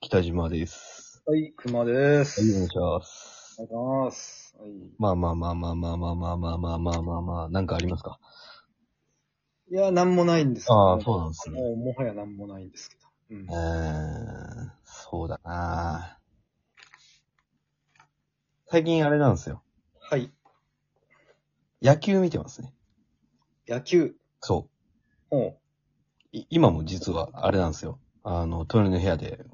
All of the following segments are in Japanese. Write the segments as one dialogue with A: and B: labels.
A: 北島です。
B: はい、熊です。
A: はい、お願いします。
B: お願いします。はい。
A: まあまあまあまあまあまあまあまあまあまあまあまあ、なんかありますか
B: いや、なんもないんですけど。
A: ああ、そうなんですね。
B: もう、もはやなんもないんですけど。うん
A: う。ーん、そうだな最近あれなんですよ。
B: はい。
A: 野球見てますね。
B: 野球。
A: そ
B: おう。
A: う。い今も実はあれなんですよ。あの、隣の部屋で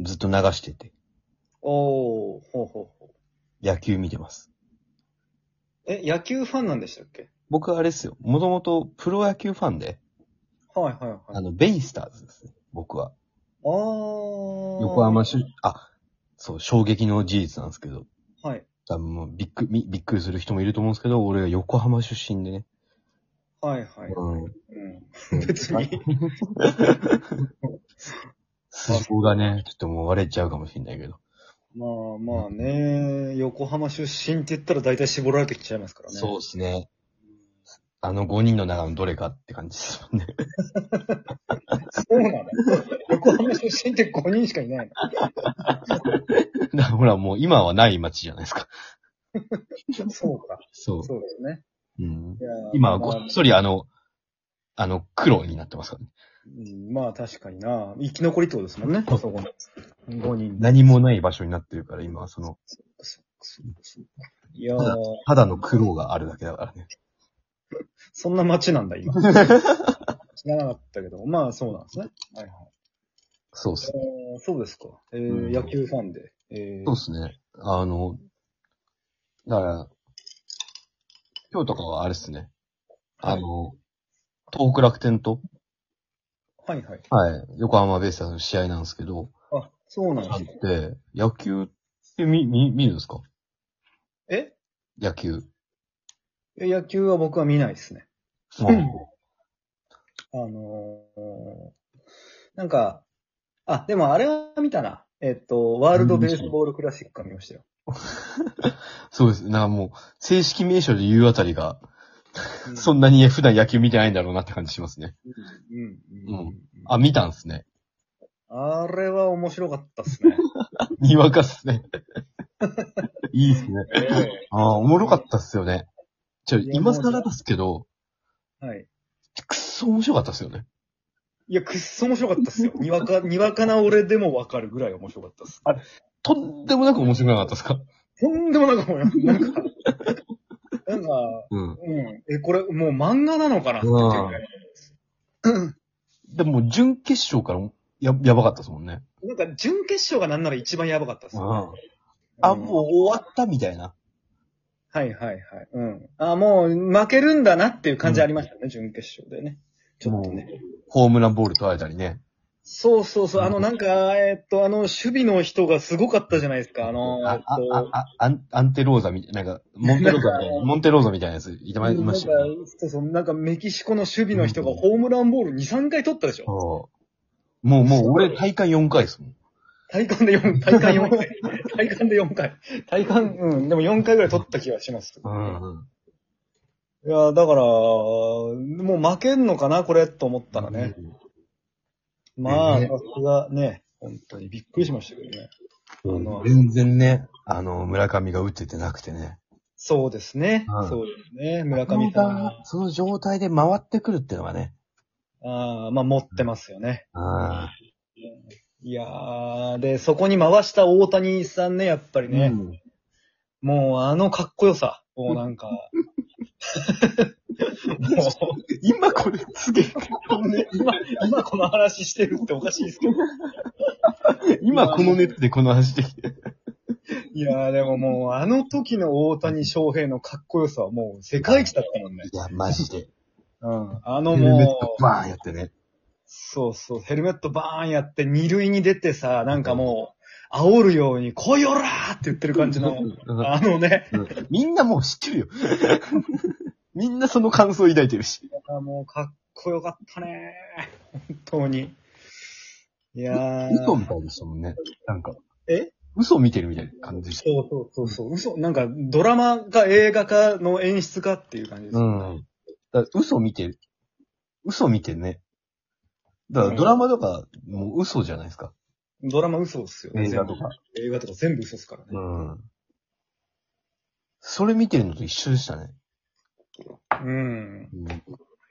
A: ずっと流してて、
B: おー、ほうほうほう。
A: 野球見てます。
B: え、野球ファンなんでしたっけ
A: 僕あれですよ。もともとプロ野球ファンで、
B: はいはいは
A: あ
B: い。
A: の、ベイスターズですね。僕は。
B: あー。
A: 横浜出、あ、そう、衝撃の事実なんですけど、
B: はい。
A: 多分もうびっくり、びっくりする人もいると思うんですけど、俺は横浜出身でね。
B: はいはい。
A: うん。
B: うん。別に。
A: 素性がね、ちょっともう割れちゃうかもしれないけど。
B: まあまあね、横浜出身って言ったら大体絞られてきちゃいますからね。
A: そうですね。あの5人の中のどれかって感じですもんね。
B: そうなの横浜出身って5人しかいないの。
A: だからほら、もう今はない街じゃないですか。
B: そうか。
A: そ
B: そうですね。
A: う。うん
B: いやー
A: 今は
B: ま
A: ご
B: あ
A: っそりあの、あの、黒になってますからね。
B: うんまあ確かにな。生き残りってことですも んね。
A: そう
B: そこの。5人。
A: 何もない場所になってるから、今はその、
B: そっかそっかそっかいやー
A: ただただの黒があるだけだからね。
B: そんな街なんだ、 今。知らなかったけど。まあそうなんですね。はいはい。
A: そうっすね。
B: あーそうですか。えー
A: うん
B: 野球ファンで。えー
A: そうですね。あの、だから、今日とかはあれですね。あの、東北楽天と、
B: はいはい。
A: はい、横浜ベイスターズの試合なんですけど、
B: あ、そうなん
A: あ
B: ですか。
A: って、野球って見、見、見るんですか
B: え
A: 野球。
B: いや野球は僕は見ないですね。
A: うん
B: あのー、なんか、あ、でもあれは見たな。えっと、ワールドベースボールクラシックは見ましたよ。
A: そうです。なんかもう、正式名称で言うあたりが、
B: うん
A: そんなに普段野球見てないんだろうなって感じしますね。
B: うんうんうんうん
A: あ、見たんですね。
B: あれは面白かったっす ね。
A: にわかっすね。いいっすね。ああ、おもろかったっすよね。ちょ、
B: いや
A: 今更ですけど、
B: はい。
A: くっそ面白かったっすよね。
B: いや、くっそ面白かったっ すよ。にわか、にわかな俺でもわかるぐらい面白かったっす。
A: とんでもなく面白くなかったっすか
B: とんでもなく思います。なんか、なんか、
A: うん。
B: うん。え、これ、もう漫画なのかなっていうぐらい。
A: でも、準決勝からや、やばかったですもんね。
B: なんか、準決勝がなんなら一番やばかったっす。
A: あ、
B: ん
A: もう終わったみたいな。
B: はいはいはい。うん。あ、もう、負けるんだなっていう感じありましたね、準決勝でね。ちょっとね。
A: ホームランボール取られたりね。
B: そうそうそう。
A: うん
B: あの、なんか、えっと、あの、守備の人がすごかったじゃないですか。あの、え
A: あ
B: っ、
A: あ
B: と、、
A: あ、あ、アンアンテローザみたいな、なんか、モンテローザ みたいな、モンテローザみたいなやつ、いたまいましたよね。
B: なんか、そうそう、なんかメキシコの守備の人がホームランボール2、3回取ったでしょ
A: そうもう、もう、俺、体感4回ですもん。
B: 体感で4、体感4回。 体感で4回。体感、うん、でも4回ぐらい取った気がします。
A: うん。
B: いや、だから、もう負けんのかな、これ、と思ったらね。。まあ、
A: ね
B: さすがね、本当にびっくりしましたけどね。
A: う
B: あの
A: ん、全然ね、あの、村上が打っててなくてね。
B: そうですね。
A: うん
B: そうですね。村上さんが。
A: その状態で回ってくるっていうのがね。
B: あーまあ、持ってますよね。
A: あ
B: いやー、で、そこに回した大谷さんね、やっぱり
A: あ
B: ね。もうあのかっこよさ。もうなん か。 もう、
A: 今これすげえ。
B: 今、今この話してるっておかしいですけど。
A: 今このネットでこの話できて。
B: いやーでももうあの時の大谷翔平のかっこよさはもう世界一だったもんね。
A: いや、マジで。
B: うん。あの
A: ヘルメット
B: もう、
A: バーンやってね。
B: そうそう、ヘルメットバーンやって二塁に出てさ、なんかもう、煽るように、来いよらーって言ってる感じの、あのね、
A: うんみんなもう知ってるよ。 みんなその感想を抱いてるし。
B: あもうかっこよかったねー。本当に。いやー。
A: 嘘みたいでしたもんね。なんか。
B: え
A: 嘘見てるみたいな感じでし
B: そうそうそうそう。嘘、なんか、ドラマか映画かの演出かっていう感じで
A: た。
B: す。
A: うん。だから嘘見てる。嘘見てね。だからドラマとか、もう嘘じゃないですか。
B: ドラマ嘘っすよね。
A: 映画とか。
B: 全部。映画とか全部嘘っすからね。
A: うん。それ見てるのと一緒でしたね。
B: うん。
A: うん
B: い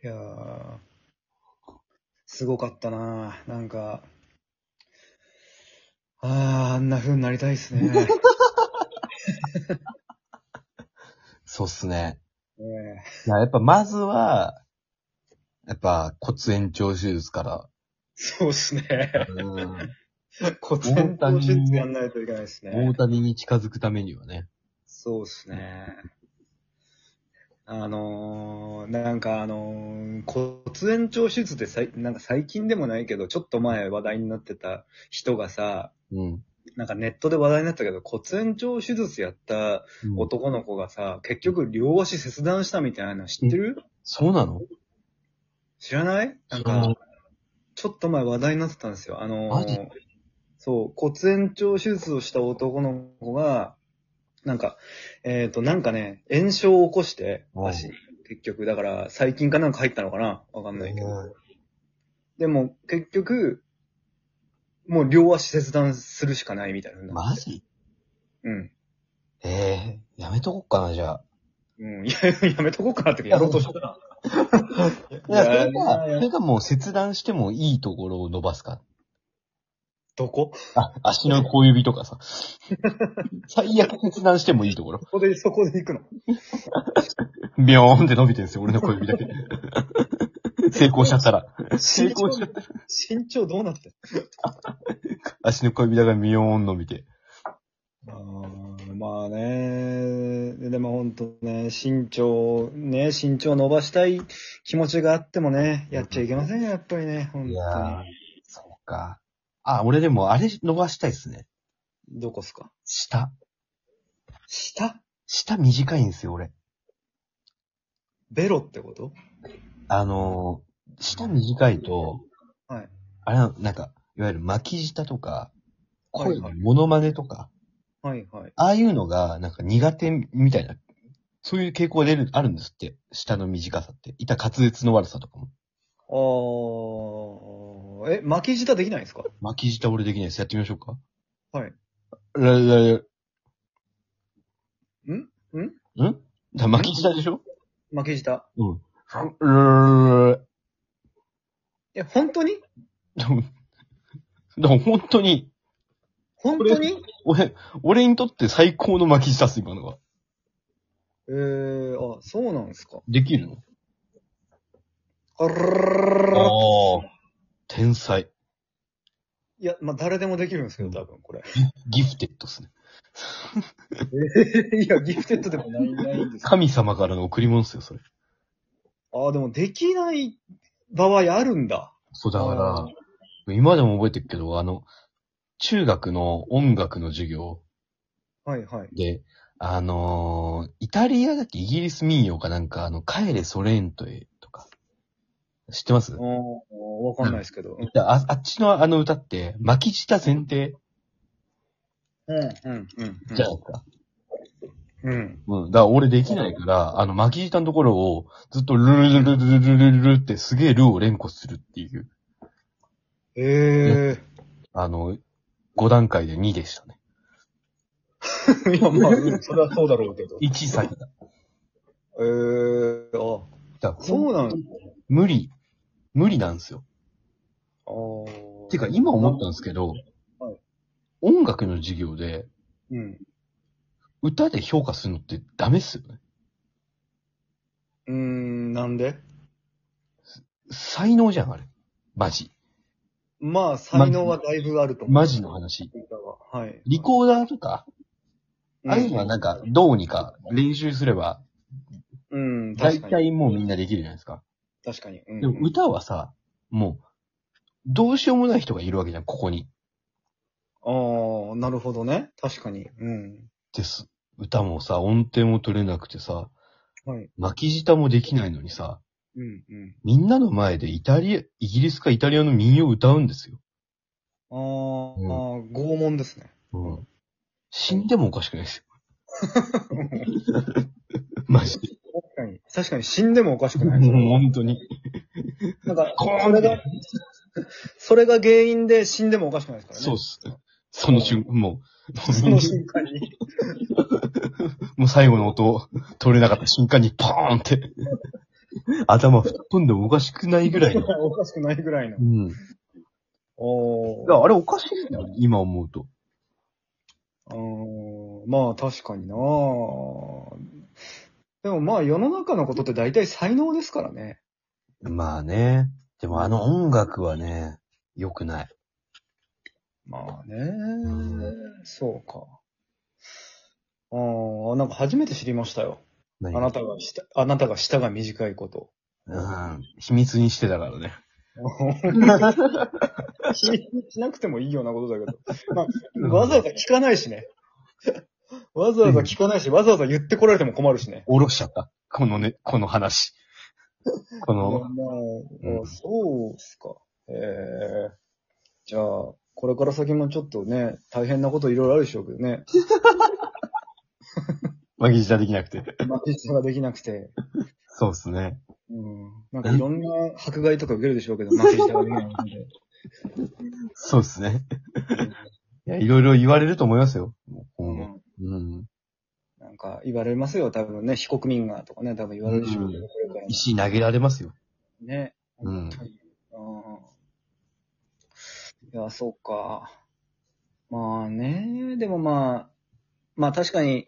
B: やー、すごかったなーなんか、あー、あんな風になりたいっ すね。ね
A: そうっすね。
B: え
A: いや、やっぱまずは、やっぱ骨延長手術から。
B: そうっすね。
A: うん。
B: 骨伝導手術やんないといけないっすね
A: 大。谷に近づくためにはね。
B: そうっすね。あのー、なんかあのー骨延長手術でさい、なんか最近でもないけど、ちょっと前話題になってた人がさ、
A: うん。
B: なんかネットで話題になったけど、骨延長手術やった男の子がさ、結局両足切断したみたいなの知ってる
A: そうなの
B: 知らないなん
A: 知らない
B: か、ちょっと前話題になってたんですよ。あの
A: マジ
B: ー、そう、骨延長手術をした男の子が、なんか、えっ、と、なんかね、炎症を起こして、
A: うん
B: 足に。結局、だから、細菌かなんか入ったのかなわかんないけど。でも、結局、もう両足切断するしかないみたいな。
A: マジ
B: うん。
A: ええやめとこっかな、じゃあ。
B: うん、いや、やめとこうかなって、やろうとしたな。
A: いや、それ
B: いや
A: か、それかもう切断してもいいところを伸ばすか。
B: どこ
A: あ、足の小指とかさ。最悪切断してもいいところ。
B: そこで、そこで行くの。
A: ビョーンって伸びてるんですよ、俺の小指だ け。成功しちゃったら。成
B: 身長
A: 功しちゃったら。
B: 身長どうなってん
A: 足の小指だけビヨーン伸びて。
B: のあーまあね、でも本当ね、身長、ね、身長伸ばしたい気持ちがあってもね、やっちゃいけませんよ、やっぱりね、本
A: い
B: 当
A: やー
B: に。、
A: そうか。あ、俺でもあれ伸ばしたいっすね。
B: どこっすか
A: 下。
B: 下
A: 下短いんですよ、俺。
B: ベロってこと
A: あのー、下短いと、
B: はい。
A: あれな、なんか、いわゆる巻き舌とか、
B: はい
A: 声のモノマネとか、
B: はいはい。
A: ああいうのが、なんか苦手みたいな、そういう傾向が出る、あるんですって。下の短さって。いた滑舌の悪さとかも。
B: あー、え、巻き舌できないんですか
A: 巻き舌俺できないです。やってみましょうか。
B: はい。
A: らら
B: んん
A: ら、んだ巻き舌でしょ
B: 巻き舌。
A: ららら
B: え、本当に
A: でも、でも本当に、
B: 本当に
A: 俺、俺にとって最高の巻き舌っす、今のは。
B: えー、あ、そうなんですか。
A: できるの
B: あらららら
A: ああ。天才。
B: いや、まあ、誰でもできるんですけど、多分これ。
A: ギフテッドっすね。
B: いや、ギフテッドでもない、ないんですあ
A: 神様からの贈り物っすよ、それ。
B: あー、でもできない場合あるんだ。
A: そう、だ
B: あ
A: から、今でも覚えてるけど、あの、中学の音楽の授業
B: はいはい。
A: で、あのーイタリアだっけイギリス民謡かなんか、あの、帰れソレントへとか、知ってます
B: ああ、わかんないですけど。うん、
A: ああっちのあの歌って、巻き舌前提
B: うん、うん。
A: じゃないですか。
B: うん。
A: うん。だから俺できないから、あの、巻き舌のところをずっとルルルルルルルルルってすげえルを連呼するっていう、
B: え
A: あの、5段階で2でしたね。
B: えー。いや、まあ、うんそれはそうだろうけど。
A: 1先だ。
B: ええー、あ、
A: だから
B: そうなんだ。
A: 無理。無理なんですよ。
B: あー
A: てか今思ったんですけど
B: はい、
A: 音楽の授業で
B: うん。
A: 歌で評価するのってダメっすよね。
B: うーん、なんで
A: 才能じゃん、あれ。マジ。
B: まあ、才能はだいぶあると思う。
A: マジの話。
B: 歌は。はい。
A: リコーダーとか、ああいうのは
B: は
A: なんか、どうにか練習すれば、
B: うん、
A: 大
B: 確かに。
A: 体もうみんなできるじゃないですか。
B: 確かに。うん
A: でも歌はさ、もう、どうしようもない人がいるわけじゃん、ここに。
B: ああ、なるほどね。確かに。うん。
A: です。歌もさ、音程も取れなくてさ、
B: はい。
A: 巻き舌もできないのにさ、
B: うん、うん。
A: みんなの前でイタリア、イギリスかイタリアの民謡を歌うんですよ。
B: あー、あー拷問ですね。
A: うん。死んでもおかしくないですよ。 マジで。
B: 確かに。確かに死んでもおかしくない。
A: もう本当に。
B: なんか、
A: こ
B: それが、それが原因で死んでもおかしくないですからね。
A: そうっす。その瞬間、もう、
B: その瞬間に。
A: もう最後の音を取れなかった瞬間にポーンって、頭吹っ飛んでもおかしくないぐらいの。
B: おかしくないぐらいの
A: う。ん。だ
B: おー
A: からあれおかしいんだよ、今思うと。
B: うーんまあ確かになでもまあ世の中のことって大体才能ですからね。
A: まあね。でもあの音楽はね、良くない。
B: まあね、
A: う
B: そうか。ああ、なんか初めて知りましたよ。あ
A: 何
B: なたが舌、あなたが舌が短いこと。
A: うん。秘密にしてたから ね。
B: ししなくてもいいようなことだ けど。まあ、わざわざ聞かないしね。 わざわざ聞かないし、わざわざ言ってこられても困るしね。
A: おろしちゃった。このね、この話。こ
B: いや
A: の、
B: もう
A: うん
B: あそうっすか。ええじゃあ、これから先もちょっとね、大変なこといろいろあるでしょうけどね。
A: 巻き舌できなくて。
B: 負け舌ができなくて。
A: そうですね。
B: うん。なんかいろんな迫害とか受けるでしょうけど、負け舌ができないんで。
A: そうですね。いや、いろいろ言われると思いますよ。もう
B: う
A: 今後
B: ん
A: うん。
B: なんか言われますよ、多分ね。非国民がとかね、多分言われるでしょうけど、これからも
A: 石投げられますよ。
B: ね。
A: うん
B: 本当にうん。いや、そうか。まあね、でもまあ、まあ確かに、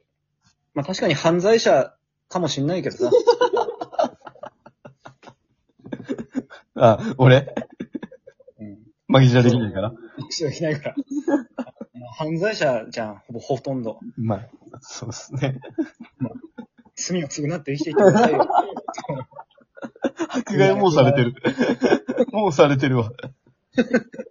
B: まあ確かに犯罪者かもしんないけ どさ。
A: あ、俺
B: うん。
A: 巻き舌できないから。
B: しいないから。犯罪者じゃん、ほぼほとんど。
A: まあ、そうですね。
B: 罪を償って生きていってくださいよ。
A: 迫害もうされてる。もうされてるわ。